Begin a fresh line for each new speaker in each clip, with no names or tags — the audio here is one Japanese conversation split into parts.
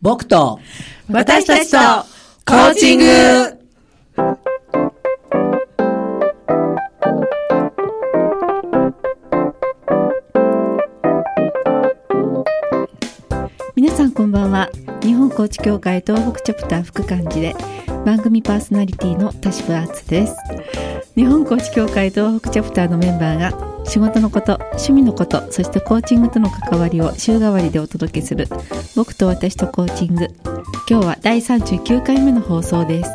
僕と、
私たちとコーチング
皆さんこんばんは日本コーチ協会東北チャプター副幹事で番組パーソナリティの田渋敦です日本コーチ協会東北チャプターのメンバーが仕事のこと趣味のことそしてコーチングとの関わりを週替わりでお届けする僕と私とコーチング今日は第39回目の放送です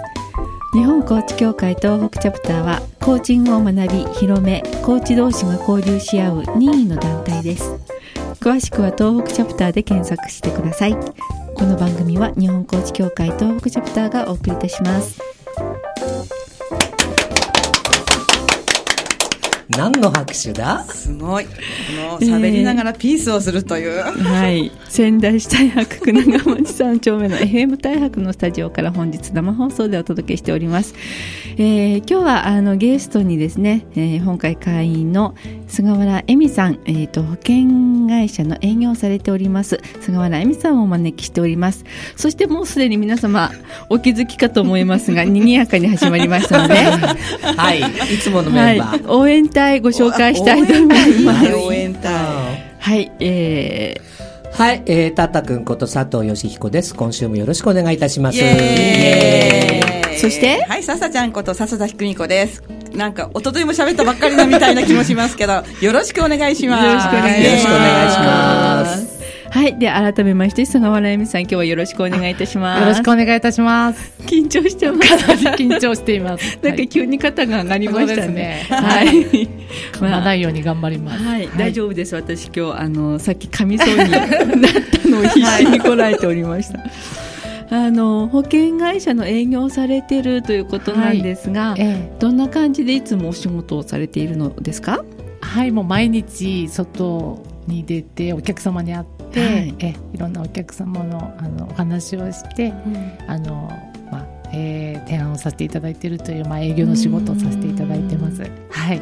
日本コーチ協会東北チャプターはコーチングを学び広めコーチ同士が交流し合う任意の団体です詳しくは東北チャプターで検索してくださいこの番組は日本コーチ協会東北チャプターがお送りいたします
何の拍手だ
すごい。この喋りながらピースをするという。
はい仙台市大白区長町三丁目の FM 大白のスタジオから本日生放送でお届けしております、えー今日はあのゲストにですね、えー本会会員の菅原恵美さん、えー、と保険会社の営業をされております菅原恵美さんをお招きしておりますそしてもうすでに皆様お気づきかと思いますが賑やかに始まりましたので
はい、いつもの
は
メン
い
バー。、
応援隊ご紹介したいと思いま
はい
す。
応援隊。
はい、え
はい、えー、たたくんこと佐藤義彦です。今週もよろしくお願いいたします。
イエーイ
そして
はい、笹ちゃんこと笹田ひくみ子です。なんか、一昨日も喋ったばっかりのみたいな気もしますけど、よろしくお願いします。
よろしくお願いします
よろしくお願いしま
ー、はい、で改めまして菅原由美さん、今日はよろしくお願いいたします。
よろしくお願いいたします。
緊張してます。
緊張しています。
なんか急に肩が上がりましたね。
そう
はい。
噛まないように頑張ります。
はい、大丈夫です。私今日あのさっき噛みそうになったのを必死にこらえておりました。あの保険会社の営業をされてるということなんですが、
え
どんな感じでいつもお仕事をされているのですか？
え、はい、もう毎日外に出てお客様に会って、
はい
ええいろんなお客様のあのお話をして、あのまあ、ええ提案をさせていただいているというまあ営業の仕事をさせていただいてます。はい、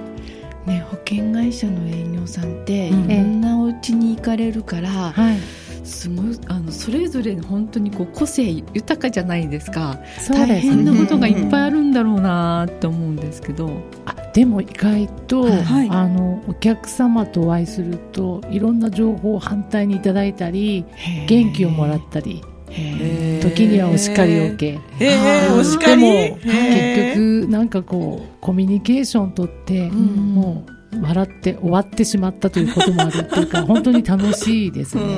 ね、保険会社の営業さんっていろ
うん
んなお家に行かれるから、
はい、
すごいあのそれぞれ本当にこう個性豊かじゃないですか
そう
大
です
変
ね。
なことがいっぱいあるんだろうなって思うんですけど、
あでも意外と、
はい
あのお客様とお会いするといろんな情報を反対にいただいたり元気をもらったり
へー
時にはお叱りを受け
へえ、
あー
お叱り。
でも
へー
結、局なんかこうコミュニケーションとって、
ん
もう笑って終わってしまったということもあるってい うか本当に楽しいですね。は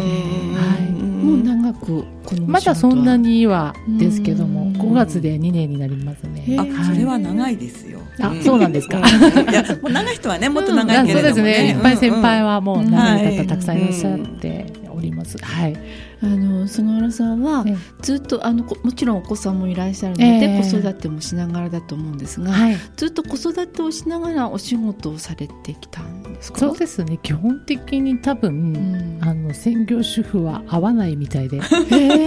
い
もう
も
長くこのお仕事は
まだそんなにはですけど
う
も
ん
5月で2年になりますね。
へ
あ、
ー
それは長いですよ。
あそうなんですか
うんいや、もう長い人はね、もっと長いけ
そう
れど
で
も
すね。
ね。
いっぱい先輩
は。
はもう
うん
長い
はい
方たくさんいらっしゃっております。はい。
あの菅原さんは
ね
ずっとあのこもちろんお子さんもいらっしゃるので、
ええ
子育てもしながらだと思うんですが、
はい。
ずっと子育てをしながらお仕事をされてきたんですか
そうですね。基本的に多
う
分、
ん
あの、専業主婦は合わないみた いで、
へ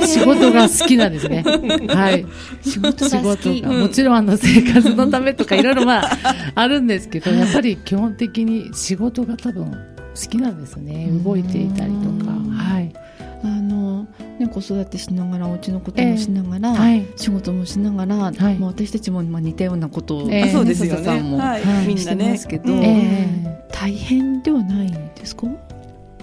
え
仕事が好きなんですね。はい。
仕事
仕
が好
事
き
が。もちろんあの、生活のためとかいろいろまあ、あるんですけど、やっぱり基本的に仕事が多分好きなんですね。動いていたりとか。
うん
はい。
あの、ね、子育てしながらお家のこと
え
も
え
しながら、
はい。
仕事もしながら、
はい
まあ、私たちもまあ似たようなことを、
え
あ
ー
そうですよ
笹さ
ね
ん。も
はい
はい
みん
して
なね
ま。すけど、
うん
え
大変ではないんですか、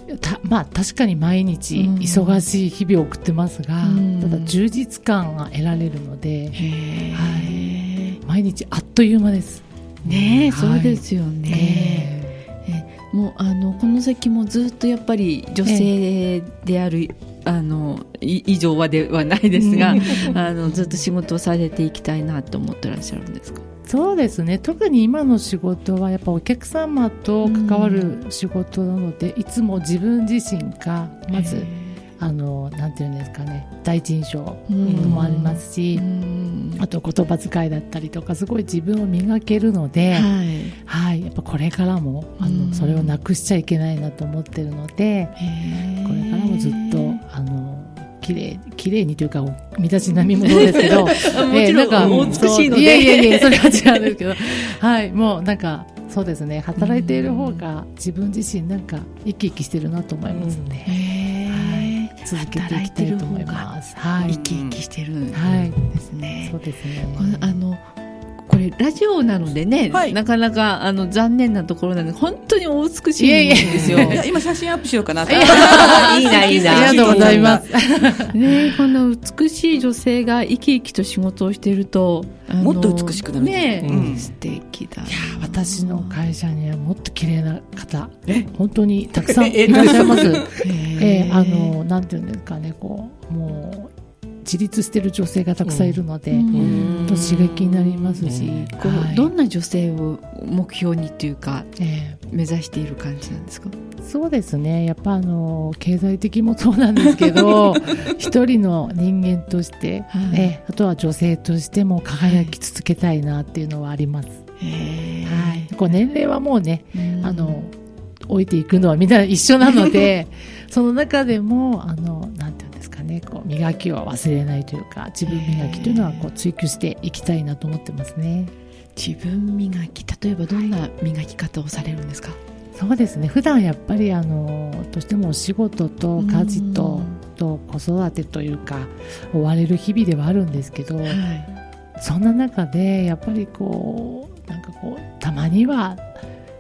えたまあ確かに毎日
うん
忙しい日々を送ってますが、
うん
ただ充実感が得られるので、
へ
は
え
毎日あっという間です。。
ねえ、そうですすよね、
え
もうあのこの先もずっとやっぱり女性である、あのい以上はではないですが、あのずっと仕事をされていきたいなと思ってらっしゃるんですか。
そうですね特に今の仕事はやっぱお客様と関わる仕事なので、いつも自分自身がまず、あのなんていうんですかね第一印象もあります
へえ、
し
うん
あと言葉遣いだったりとかすごい自分を磨けるので、
はい
はい、やっぱこれからもあの、
うん
それをなくしちゃいけないなと思ってるのでこ
こ
れからもずっとあの綺麗綺麗にというか身だしなみもそうですけどもち
ろんお美しいので
いやいやいやそれは違うんですけどはいもうなんかそうですね働いている方が自分自身なんか生き生きしてるなと思いますね。
へー
続けていきたいと思います。は
生
い、
き生きしてるん
はい
ですね
そ。うですね
こ。のあのこれラジオなのでね、
はい
なかなかあの残念なところなんで本当にお美しいん
いえいえ
ですよ。
いや今写真アップしようかなと。
いいな、いいな。
ありがとうございます。
ねこんな美しい女性が生き生きと仕事をしていると、あの
もっと美しくなる
ねえ、
うん
素敵だな。
私の会社にはもっと綺麗な方
え、
本当にたくさん
え
いらっしゃいます。
え
ええあの、なんていうんですかね、こう、もう、自立してる女性がたくさんいるので、
うん
本当刺激になりますし、
こう
はい
どんな女性を目標にというか
え
目指している感じなんですか。
えそうですね、やっぱあの、経済的もそうなんですけ ど、一人の人間として、
はい
ええあとは女性としても輝き続けたいなっていうのはあります。はい。こう年齢はもうね、あの、置いていくのはみんな一緒なので、その中でも、あの、なんていうんですかね、こう、磨きを忘れないというか、自分磨きというのは、こう、追求していきたいなと思ってますね。
自分磨き例えばどんな磨き方をされるんですか。
そうですね、普段やっぱり、あの、どうしてもお仕事と家事と、と子育てというか、追われる日々ではあるんですけど、
うんはい。
そんな中でやっぱりこうなんかこうたまには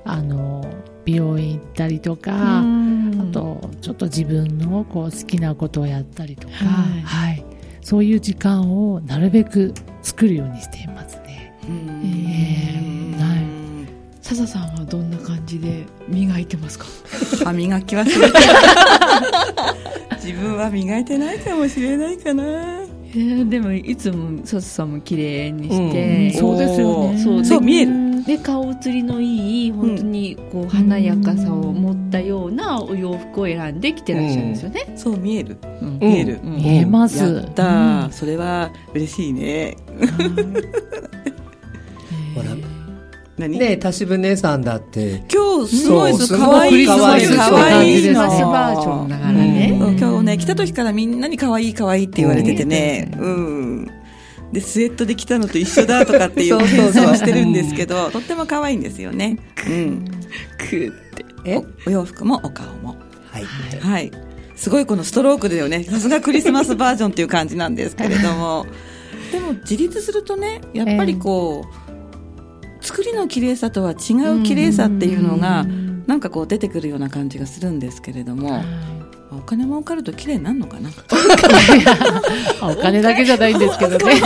あの美容院行ったりとか、あとちょっと自分のこう好きなことをやったりとか、
はい
はいそういう時間をなるべく作るようにしていますね。
うん
は
笹さんはどんな感じで磨いてますか。
歯磨きはする。 自分は磨いてないかもしれないかな。
えー、でもいつも笹さんも綺麗に
して
うんそうですよね
そう
そう見える。
で顔写りのいい本当にこう華やかさを持ったようなお洋服を選んできてらっしゃるんですよね。
そう見える。
うん
うん
見える。
うん
見えます。
やった、ーそれは嬉しいね。
ほら
何、
ねえ、田渋姉さんだって、
今日すごい
そう
可愛い
すごく
可愛い
クリスマス
可愛い
クリス
の
マスバージョンだからね
うん
うん
今日ね来た時からみんなに可愛い可愛いって言われててね。
う
うん。でスウェットで来たのと一緒だとかっていう
そうそう
検
そう
査をしてるんですけど、とっても可愛いんですよね。うん。
え
おお洋服もお顔も。
はい。
はい。すごいこのストロークだよね。さすがクリスマスバージョンっていう感じなんですけれども。でも自立するとね、やっぱりこう、作りの綺麗さとは違う綺麗さっていうのが、なんかこう出てくるような感じがするんですけれども、お金儲かると綺麗になるのかな
あ お金だけじゃないんですけどね。
いや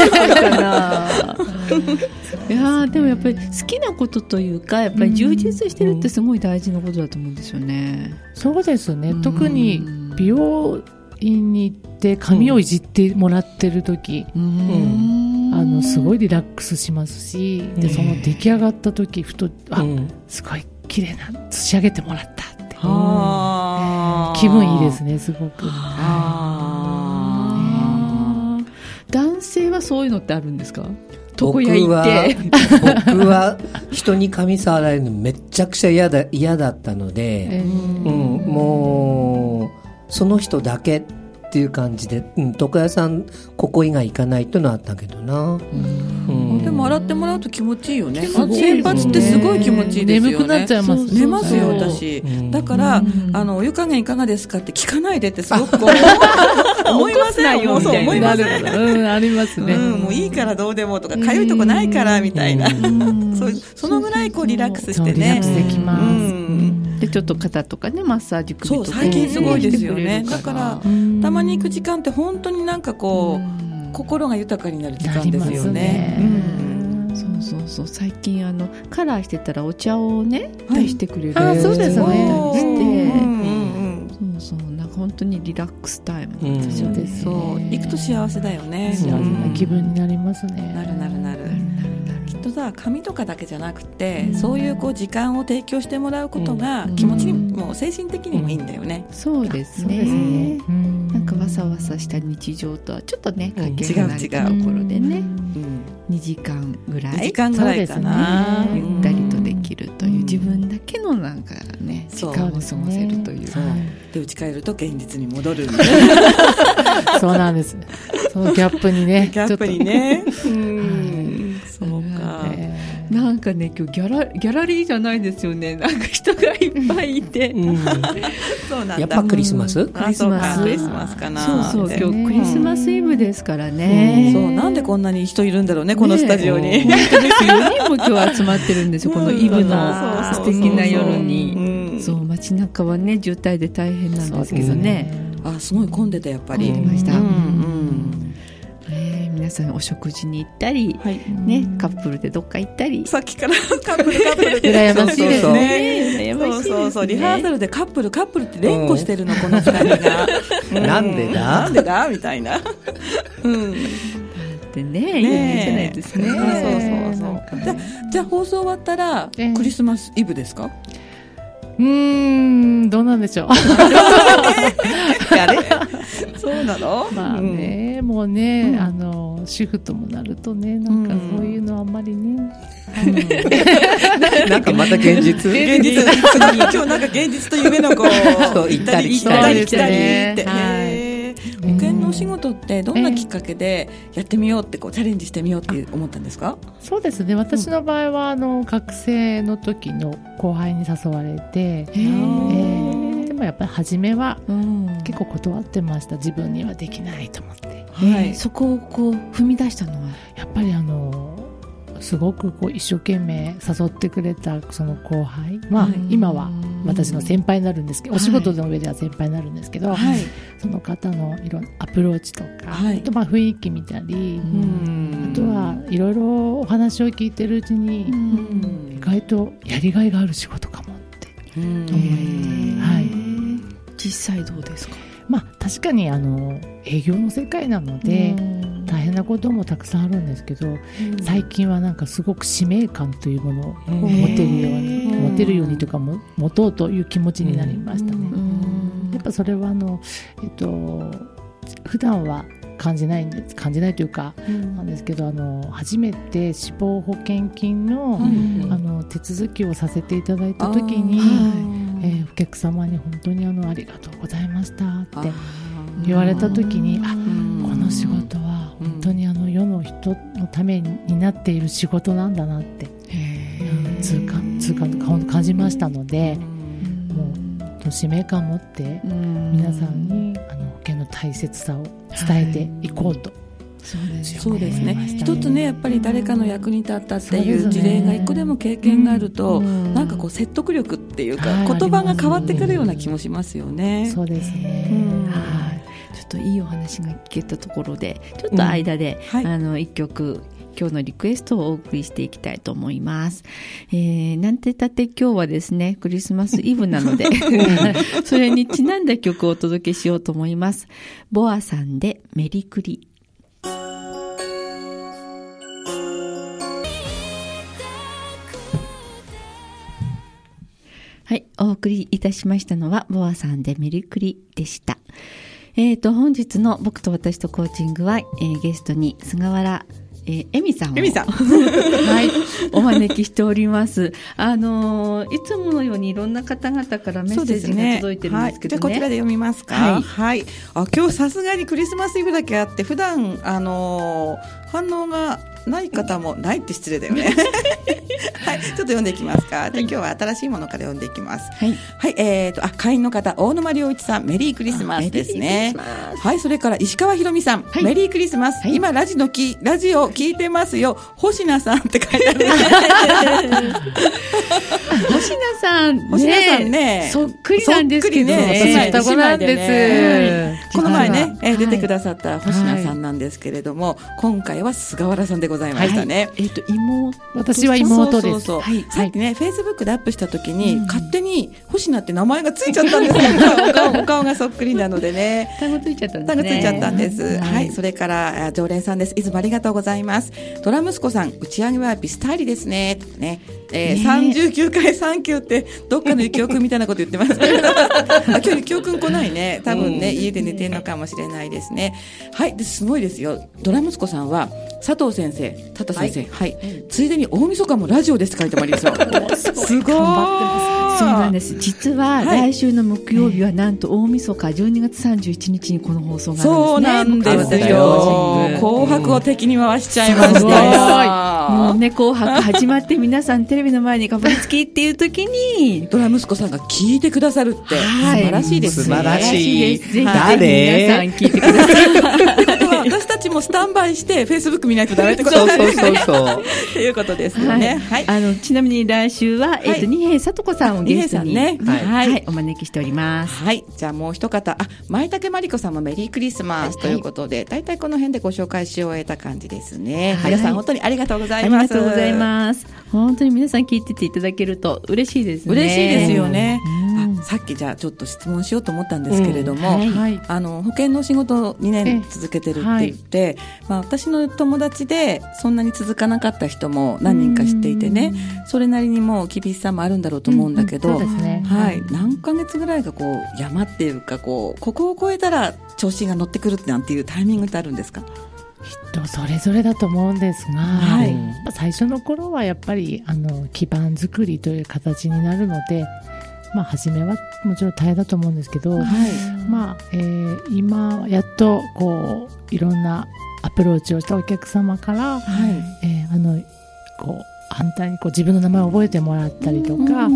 ーでもやっぱり好きなことというかやっぱり充実してるってすごい大事なことだと思うんですよね。
そうですね
うん。
特に美容院に行って髪をいじってもらってる時、
うん
あのすご
い
いリラックスしますし、
う
で
ん
その出来上がった時ふとあ、
うん
すごい綺麗な仕上げてもらったって
あー
気分いいですねすごく
あ
男性はそういうのってあるんですか床
僕
屋行っ
は
て、
僕は人に髪触られるのめっちゃくちゃ嫌だ、嫌だったので、うん、もう、その人だけっていう感じで、うん、床屋さん、ここ以外行かないっていうのはあったけどな。うん
ーでも洗ってもらうと気持ちいいよね。
気持ちいいですね
洗髪ってすごい気持ちいいですよね。
眠くなっちゃいます
寝ますよ、
そう
私
うん。
だから、
うん
あの、お湯加減いかがですかって聞かないでってすごく こう、思いません
起こすなよみ
よ、そう
たいな
思いません。
うんありますね、
うん、もういいからどうでもとか、かゆいとこないからみたいな。そうそのぐらいこうリラックスしてね。
そうリラックスできます、
うん
でちょっと肩とかねマッサージ首
そ
と
う、
か
最近すごいですよね。
して
だ
くれ
か
る
ら、
うん
たまに行く時間って本当になんか
う
こ
ん
う、心が豊かになる時間ですよね。
なります
うん
そうそうそう最近あのカラーしてたらお茶をね、
はい
出してくれる
あそうですね
お店も
うん
あっ
うんうん
たりしてそうそうなんか本当にリラックスタイム
うん
私
そ
は
う
ね
です
そう、行くと幸せだよね。
幸せな気分になりますね、
なるなるなる。きっとさ、髪とかだけじゃなくて、
うん
そういうこう時間を提供してもらうことが
うん
気持ちに
うん
も、もう精神的にもいいんだよね。
そうです
そうです
ね
ね
うん
なんかわさわさした日常とはちょっとね
うん
かけ離れたところでね
うん
2時間ぐら
2時
い
間ぐらいかな。
そうですね
うん
ゆったりとできるという
うん
自分だけのなんかね時
そう
間を過ごせるという
そう
で、打ち返ると現実に戻る。
そうなんですそのギャップにね
ギャップにね。うん。そう
な
か
ちょっと。ね
なんかね今日ギャラギャラリーじゃないですよねなんか人がいっぱいいて、
うん
そうなんだ
やっぱクリスマス、
あそうか
ク
ク
リ
リ
ス
ス
マ
マ
ス
スかな
そうそう
で
今日クリスマスイブですからね、
そうなんでこんなに人いるんだろうねこのスタジオに、
ねえ本当です4人も今日集まってるんですよこのイブの素
そうそうそうそう
敵な夜に
うん
そう街中はね渋滞で大変なんですけどね
あすごい混んでたやっぱり
混んでました
うんうん
ねえ皆さんお食事に行ったり、
はい
ね、カップルでどっか行ったり
さっきから カップルカップル
羨ましいです
そうそうそう
ね羨ましい
そ
ですね
うそうそうリハーサルでカップルカップルって連呼してるのこの二人がう
なんでだ
なんでだみたいなうん
ってねいい
ねえ
じゃないですかね
ねえ
そうそうそう
じゃじゃあ放送終わったら
ええ
クリスマスイブですか
うーんどうなんでしょう
あれそうなの
まあね、もうね、あのシフトもなるとねなんか
うん
そういうのあんまりね、
なんかまた現実
うん現実次今日なんか現実と夢のこう
そう行ったり来
行
たり
ったり来たり
そう
っ
で
て
すね
へー保険のお仕事ってどんなきっかけでやってみようってこうチャレンジしてみようって思ったんですか
そうですね私の場合はあの学生の時の後輩に誘われて、
へえ
えーでもやっぱり初めは
うん
結構断ってました自分にはできないと思って
は
えー
い
そこをこう踏み出したのは
やっぱりあのすごくこう一生懸命誘ってくれたその後輩まあ、
うん
今は私の先輩になるんですけど、お仕事の上では先輩になるんですけど、
はい
その方のいろんなアプローチとか、
はい
あとまあ雰囲気見たり、
う
あ
ん
とはいろいろお話を聞いてるうちに、
うん
意外とやりがいがある仕事かもって、
うん
えはい
実際どうですか
まあ確かにあの営業の世界なので、
うん
大変なこともたくさんあるんですけど、最近はなんかすごく使命感というものを
うん
持てるよう
へ
に、
ー
持てるようにというかも持とうという気持ちになりましたね。
うん
やっぱそれはあの、えっと、普段は感じないんです感じないというかなんですけどあの初めて死亡保険金の,、
うん
あの手続きをさせていただいた時に、
は
えーお客様に本当にあのありがとうございましたって
あー
言われた時にあ
ん
この仕事は本当にあの世の人のためになっている仕事なんだなってうん痛感痛感感感じましたのでもう使命感を持って皆さんにあの保険の大切さを伝えていこうと、
そうですよ
そうですね
思いました
一つねやっぱり誰かの役に立ったってい
そううです
事
ね
例が一個でも経験があると、
うん
なんかこう説得力っていうか、
はい
言葉が変わってくるような気もしますよね。
そうですね、
うん
はい
ちょっといいお話が聞けたところでちょっと間で、
うんはい
あの一曲今日のリクエストをお送りしていきたいと思います、えー、なんてたって今日はですねクリスマスイブなので それにちなんだ曲をお届けしようと思いますボアさんでメリクリはい、お送りいたしましたのは、ボアさんでメリクリでした。えっ、と、本日の僕と私とコーチングは、えーゲストに菅原えー、えみさんを。
エミさん
はい。お招きしております。あのーいつものようにいろんな方々からメ
そ
ッ
う
セー
で
ジ
す
が
ね
届いてるんですけどね。
はい、じゃあこちらで読みますか。
は
はいい。あ今日さすがにクリスマスイブだけあって普段あのー反応がない方もないって失礼だよ ね。はい。ちょっと読んでいきますか。じゃあ今日は新しいものから読んでいきます。
はい。
はい、えー、と、あ、会員の方、大沼良一さん、メリークリスマスですね。はい、それから石川ひろみさん、
い
メリークリスマス、
はい
今ラジのき、ラジオ聞いてますよ、星名さんって書い てあ
星名
る。
さん、ね
星名さんね
そっくりなんですけど、
そっくりね
私双子なん
姉妹で
です、
この前ね、えー出てく
だ
ださった星名さんなんですけれども、今回は菅原さんでございましたね。
えっ、と、妹。
私は妹です
そうそうそう
はい
さっきね、フェイスブックでアップした時に、勝手に星名って名前がついちゃったんですよ。お顔お顔がそっくりなのでね。
タグついちゃったんです
タ
ね。
グついちゃったんです。はい、
はい
それからあ常連さんです。いつもありがとうございます。ドラ息子さん、打ち上げはビスターリですね。ね、え
ね
ー、三十九回三九ってどっかのゆきおくんみたいなこと言って ますけど、あ今日ゆきおくん来ないね。多分ね、家で寝てるのかもしれないですね。はい、ですごいですよ。ドラ息子さんは佐藤先生、タタ先生、はい、ついでに大晦日もラジオですって書いてもあります よ。すごい。
そうなんです。実は
はい
来週の木曜日はなんと大晦日12月31日にこの放送があるんですね。
そうなんですよ。
僕らのコーチング
紅白を敵に回しちゃいましたよ
もうね、紅白始まって皆さんテレビの前にかぶりつきっていう時に、
ドラ息子さんが聞いてくださるって、
はい
素晴らしいですね。
素晴らしい
です。ぜひぜひ皆さん
誰
聞いてください。
ということは、私たちもスタンバイして、フェイスブック見ないとダメってこと
そう
なん
そう
です
そう
ね。
そう。
ということですよ
はい
ね。はい。
あのちなみに来週は、えっと
はい
二平さとこさんをゲストに、
二瓶さんね
は
はいい
お招きしております。
はい。じゃあもう一方、あ、舞竹まりこさんもメリークリスマスということで、大体この辺でご紹介し終えた感じですね。
はい
皆さん本当にありがとうござ
あ
い
り
ま
が
す。
とうございます。本当に皆さん聞いてていただけると嬉しいですね。
嬉しいですよね。
うん
あさっきじゃあちょっと質問しようと思ったんですけれども、
うんはい
はい。
あの保険の仕事を2
ええ
年続けてるって言って、まあ、私の友達でそんなに続かなかった人も何人か知っていてね、それなりにもう厳しさもあるんだろうと思うんだけど、
そうですね。
はい、何ヶ月ぐらいがこう山っていうかこうここを越えたら調子が乗ってくるなんていうタイミングってあるんですか、
人それぞれだと思うんですが、
はい
やっぱ最初の頃はやっぱりあの基盤作りという形になるので、まあ、初めはもちろん大変だと思うんですけど、まあえー今やっとこういろんなアプローチをしたお客様から、
はい
えーあのこう反対にこう自分の名前を覚えてもらったりとか。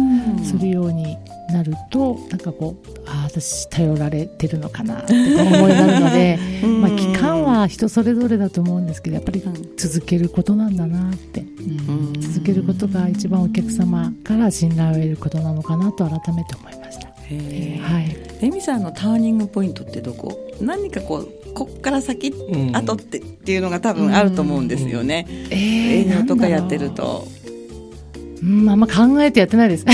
するようになるとなんかこうああ私頼られてるのかなって思いになるので、まあ、期間、は人それぞれだと思うんですけどやっぱり
うん
続けることなんだなって
うん
続けることが一番お客様から信頼を得ることなのかなと改めて思いました。
へー
はい、
エミさんのターニングポイントってどこ何かこうこっから先
うん
後ってっていうのが多分あると思うんですよね、営
え
業とかやってる、と
うん、あんま考えてやってな いです。わ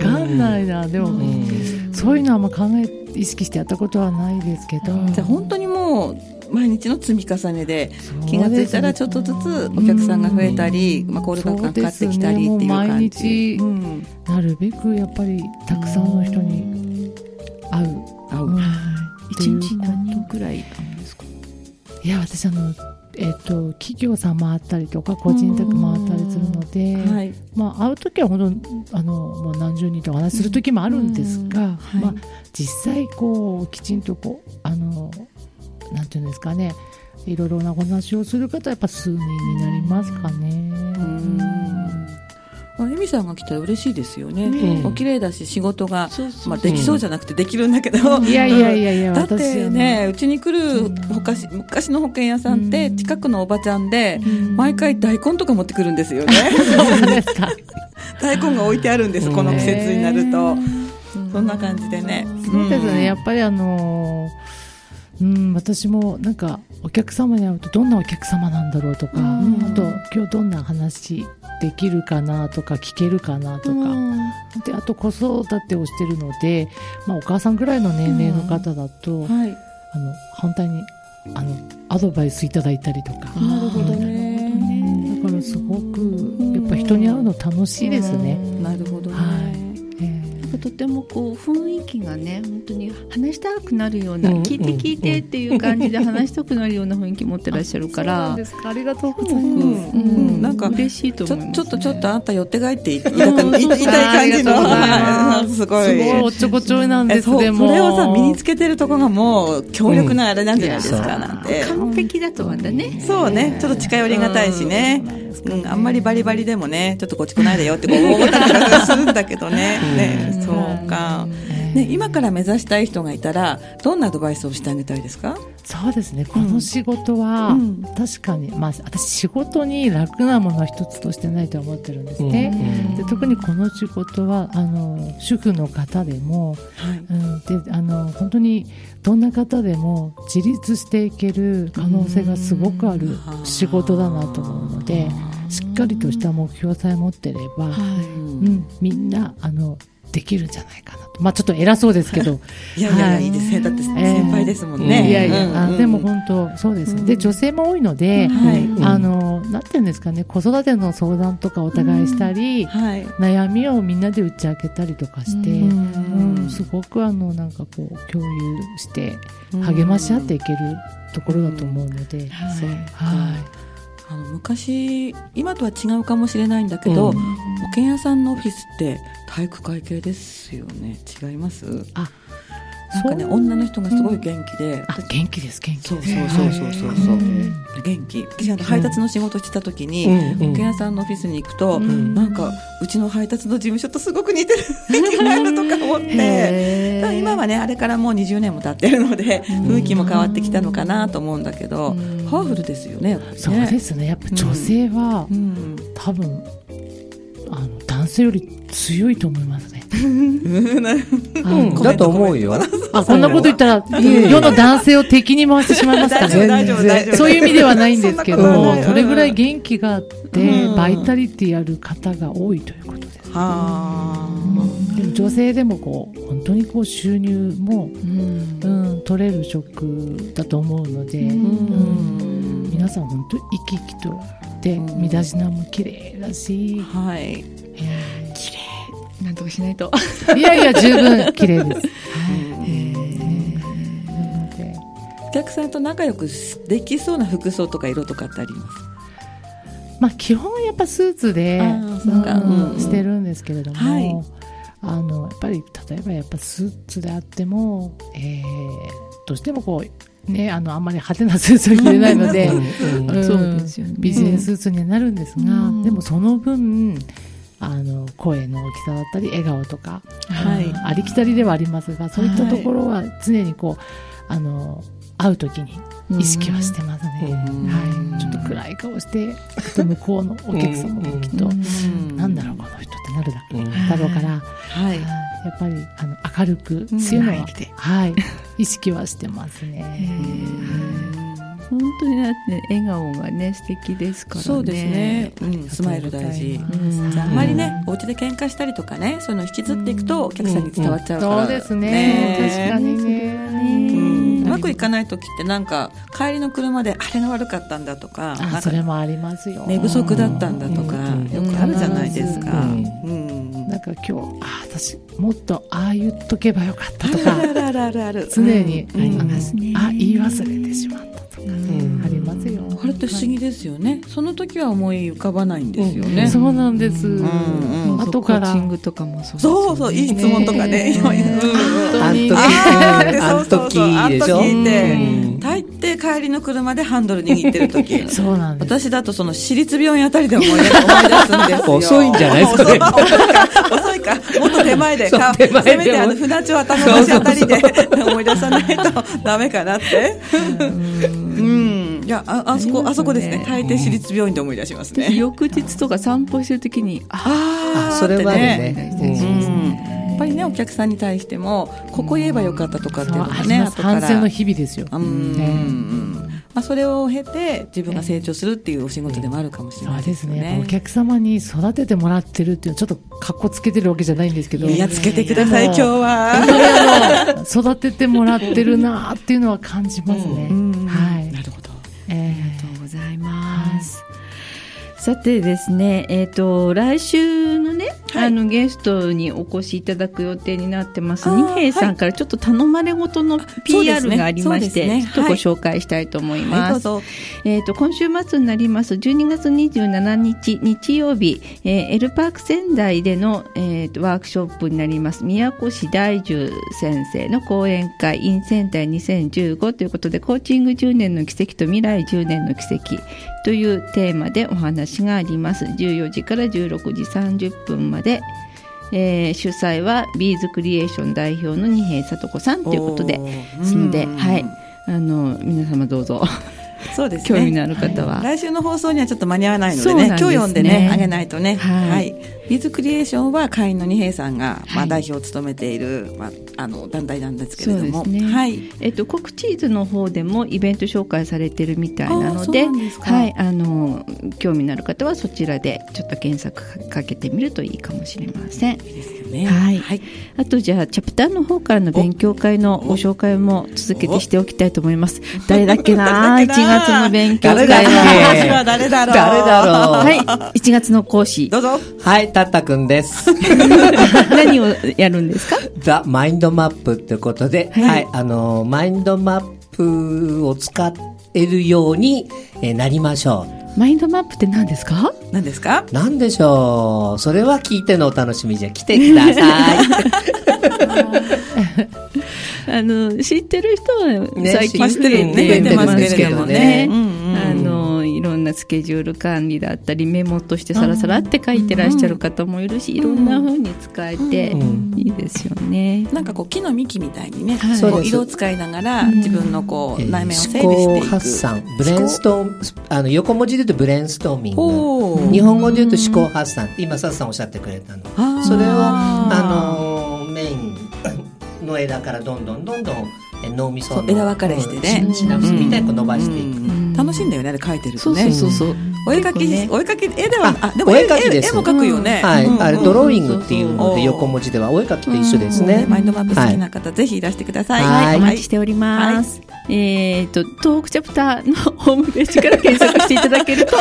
かんないな、でも、
うん
そういうのはあんま考え意識してやったことはないですけど、
じゃあ本当にもう毎日の積み重ねで気がついたらちょっとずつお
そうですね
客さんが増えたり、まあ、コールバックがかかってきたりっていう感
そうで
じ、
すねも
ん、
なるべくやっぱりたくさんの人に会う。
合
うん
う
って
一
いう
日何人くらいあるんですか。
いや私あの、えっと企業さん回ったりとか個人宅回ったりするので、
はい
まあ、会う時は本当あのもう何十人とお話しする時もあるんですが、
はい
まあ、実際こうきちんとこうあのなんていうんですかねいろいろなお話をする方はやっぱ数人になりますかね。
うんあエミさんが来たら嬉しいですよね、
うん
お綺麗だし仕事が
そうそうそう
まあ、できそうじゃなくてできるんだけど、
いやいやいやいや、
だっ
私
て
は
ね、うちに来る
ん
昔昔の保険屋さんって、
うん
近くのおばちゃんで、
うん
毎回大根とか持ってくるんですよね。
そうなんですか。
大根が置いてあるんです、
うん
この季節になると。
うん
そんな感じでね。
そうですね、やっ
ぱ
ぱりあのーうん、私もなんかお客様に会うとどんなお客様なんだろうとか、
うん
あと今日どんな話できるかなとか聞けるかなとか、であと子育てをしてるので、まあ、お母さんぐらいの年齢の方だと、あの
はい。
反対にあのアドバイスいただいたりとか、
なるほど
う
ね。
んだからすごくやっぱ人に会うの楽しいですね。
なるほどね。
はえー
なんかとてもこう雰囲気がね本当に話したくなるような、
うん
聞いて聞いてっていう感じで話したくなるような雰囲気持ってらっしゃるか
そうな
ら
んですかありがとうござ
す
い
ごく
うん
うん
なんか
嬉しいと
ち
思
ょ
います、ね、
ちょっとちょっとあんた寄って帰って言いた
うん
い言いたい感じ
ありが
の
とうございます
はい すご
すごいお
い
っちょこちょいなん
え
です
そう
でも
それをさ身につけてるとこがもう強力なあれなんじゃないです
うんい
か
や
なんて
完璧だとまたね
そうね、ちょっと近寄りがたいしね、うん、あんまりバリバリでもね、ちょっとこっち来ないでよってこう思ったりとかするんだけどね、ねそうか、ね、今から目指したい人がいたら、どんなアドバイスをしてあげたいですか、
そうですねこの仕事は、
うん
確かに、まあ、私仕事に楽なものは一つとしてないとは思ってるんですね、
うん
で特にこの仕事はあの主婦の方でも、うん、であの本当にどんな方でも自立していける可能性がすごくある仕事だなと思うのでしっかりとした目標さえ持ってれば、うん、みんなあのできるんじゃないかなと、まあ、ちょっと偉そうですけど
いやいやい
は
や、
い
いいですね、だって先輩ですもん
ええ
ね。
いやい
うんうん
や、あでも本当そうですね、で女性も多いので、
はい
うん
あのなんていうんですかね子育ての相談とかお互いしたり、
はい
悩みをみんなで打ち明けたりとかして、
う
うんすごくあのなんかこう共有して励まし合っていけるところだと思うので、
はい
は
あの昔今とは違うかもしれないんだけど、
うん
保険屋さんのオフィスって体育会系ですよね違います
あ
なんかね女の人がすごい元気で、
あ元気です元気
そう
で
そう
す
そうそうそうそう、元気私あの配達の仕事してた時に、
うんうん
保険屋さんのオフィスに行くと、
ん
なんかうちの配達の事務所とすごく似 てる気があるとか思って。
へー
ただ今はねあれからもう20年も経ってるので雰囲気も変わってきたのかなと思うんだけど
うん
パワフルですよねやっぱりね
そうですねやっぱ女性は、
うん
多分あの男性より強いと思いますねあの
うん、だと思うよ。
あこんなこと言ったら
えいえ
世の男性を敵に回してしまいますから
大
ね
丈夫大丈夫大丈夫
そういう意味ではないんですけ
そんなこと
ど
は、ない
それぐらい元気があって、
うん
バイタリティある方が多いということです。
は
でも女性でもこう本当にこう収入も、
うん
うん、取れる職だと思うので、
あ、
うん
うん
皆さん本当に生き生きとで
うん
身だしなも綺麗だし、
はい
綺麗なんとかし ないと
いやいや十分綺麗です。なので
お客さんと仲良くできそうな服装とか色とかってあります
まあ、基本はやっぱスーツで
あーそうか
うん
うん
してるんですけれども、
はい
あのやっぱり例えばやっぱスーツであっても、えーどうしてもこう、ね、あのあんまり派手なスーツは着れないので、
うんうん
ん
そうですよね
ビジネススーツにはなるんですが、
うん
でもその分あの声の大きさだったり笑顔とか、
はい
ありきたりではありますがそういったところは常にこう、あの会う時に意識はしてますね。
うん
はい、ちょっと暗い顔してきっと向こうのお客様もきっと、
うん
なんだろうこの人ってなるだろう,、
うん
だろうから、
はい
やっぱりあの明るく
うん
強い
強い
の
生きて
はい、意識はしてます
へ
ね。
ー本当にだって笑顔がね素敵ですからね
そうですね、うん、スマイル大事
ありがとうございます
うん
あんまりねお家で喧嘩したりとかねそういうの引きずっていくとお客さんに伝わっちゃうから、
そうですね確かにね。
う
ね
んうまくいかない時ってなんか帰りの車であれが悪かったんだとかなん
あ
か
それもありますよ。
寝不足だったんだとか、
うん
よくあるじゃないですか。
う
うんん
なんか今日あ私もっとああ言っとけばよかったと
あ
か
るあるあるあるある
常にあ
うん
りま
ます
す
ね
あ言い忘れてしまったとか
ん
ありますよ。
これって不思議ですよね。その時は思い浮かばないんですよね。
そうなんです。
んうん
後から
コーチングとかもそうですよね
そうそう、いい質問とかね。今
ね
うんうん
あん時、
あーって
あん
そうそう
時
そうあん時
でしょ。
って
うん
大抵帰りの車でハンドル握ってる時。
そうなんです。
私だとその私立病院あたりで思い出思い出すんですよ。
遅いんじゃない
遅
それ
い遅いか。遅いか。もっと手前で。
そう
か
手前で
せめてあの船町頭橋あたりで思い出さないとダメかなって。うん。いや、あ、あそこ、あそこですね。
あ
大抵私立病院で思い出しますね。
翌日とか散歩してる時にあ
あー
それはある
って
ね。
うんやっぱりね、お客さんに対しても、ここ言えばよかったとかっていうの
そうあ
が
り
ね、
ます
後から
反省の日々ですよ。
うん
ね
まあ、それを経て自分が成長するっていうお仕事でもあるかもしれ
そ
な
う
い
で
ですすよ
ね。やっぱお
ね。
客様に育ててもらってるっていう、ちょっと格好つけてるわけじゃないんですけど。
いや、つけてください、
で
今
も
日は。
本当にあの 育ててもらってるなーっていうのは感じますね。はい。
なるほど。
え
りがとうございます。さてですね、えっ、と、来週のね、
はい
あのゲストにお越しいただく予定になってます。
あー
二平さんからちょっと頼まれ事の
そうです
PR
ね
がありまし
そう
て、
ですね
ちょっと
はい
ご紹介したいと思い
はい、
ま
どう
す。
ぞ。
えっ、と、今週末になります、12月27日、日曜日、えーエルパーク仙台での、えーとワークショップになります、宮越大樹先生の講演会、in 仙台2015ということで、コーチング10年の奇跡と未来10年の奇跡というテーマでお話があります。14時から16時30分まで。えー主催はビーズクリエーション代表の二瓶聡子さんということで
おー
ですので、
うん
はい、あの皆様どうぞ
そうです
興味の
ね。
ある方は。
来週の放送にはちょっと間に合わないので
そう
ね、
なんです
今
ね
日読んでね、あげないとね。
はい
はい。ビズクリエーションは会員の二平さんが、
は
まあ、
い
代表を務めている、まあ、あの、団体なんですけれども。
そうですね
はい。
えっと、コクチーズの方でもイベント紹介されてるみたいな
あー
の
そう
で
なんですか
はい、あの興味のある方はそちらでちょっと検索かけてみるといいかもしれません
ですよね
はい
はい。
あとじゃあチャプターの方からの勉強会のご紹介も続けてしておきたいと思います誰だっけな1
誰だっけな
月の勉強会
誰だっけ
は
私は誰だろう。
誰だろう
はい1月の講師
どうぞ。
はい、たったくんです。
何をやるんですか
ザ・マインドマップということで、はい、あの、マインドマップを使えるようにえーなりましょう。
マインドマップって何ですか
何ですか
なんでしょう。それ は聞いてのお楽しみじゃ、来てください。
あの知ってる人は
ね
最近
知
増
ってる
えて
ね
ますけどもね
増えてますけれどもねうんうん
あのいろんなスケジュール管理だったりメモとしてさらさらって書いてらっしゃる方もいるし、いろんな風に使えて
うん
いいですよね。
なんかこう木の幹みたいにね、
はい
そう
こ
で
う
す
色を使いながら自分のこう
えー
内面を整理して
思
い
考
く。
発散ブレンストームあの横文字で言うとブレンストーミング
ほう
日本語で言うと思考発散今サツさんおっしゃってくれたの
あー
それをあのーメイン の枝からどんどんどんどんえ脳みそ
そ
の
う枝分かれしてね
うんシシナプスみたいにこう伸ばしていく、
うん楽しいんだよね、あれ描いてる
そ
と
うそ
ね。
うそうそう。
お絵描き、
結構
お絵描き、絵では、
あ
あ、でも
お絵描きです
絵絵も描くよね。
はい、
うん
あれ
うん
ドローイングっていうの
うん
で横文字ではお絵描きと一緒です
うん
ね、
マインドマップ好きな方、ぜひいらしてください。
はい
はい、お待ちしております。えっ、と、東北チャプターのホームページから検索していただけると、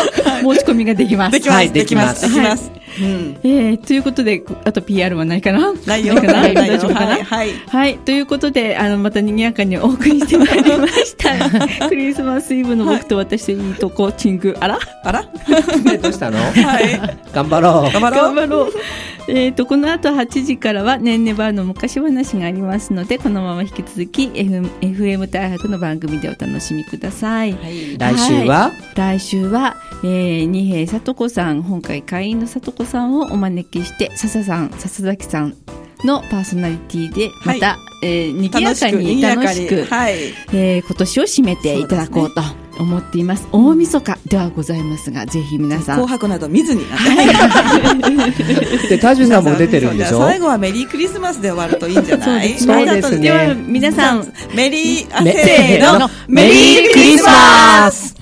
申し込みができます。
できま
はい
す、できます、
で
で
き
き
ま
ます。うん。
えーということで、あと PR はないかな
内容
ないかな
内
大丈
容
夫かな
はい、はい。
はい、ということで、あの、また賑やかにお送りしてまいりま した。クリスマスイブの僕と私といいとコーチング、あら
あら
ねどうしたの
はい。
頑張ろう
頑張ろ
頑
う。
張ろう。 えっと、この後8時からは、ねんねばーの昔話がありますので、このまま引き続き、FM, FM 大白の番組でお楽しみください。
はい
来週は、
い来週は、えー、二瓶聡子さん本会会員の聡子さんをお招きして笹さん笹崎さんのパーソナリティでまた、えー賑や
楽
か
しく、
に
にや
楽
か
し
に。
く
はい。
えー今年を締めていただこうと思っています大晦日ではございますがぜひ皆さ
紅
ん
白など見ずに。
で田尻さんも出てるんでしょ
最後はメリークリスマスで終わるといいんじゃない
すねそうですね
では皆さん
メリー、あ
ね
せーの、
メリークリスマス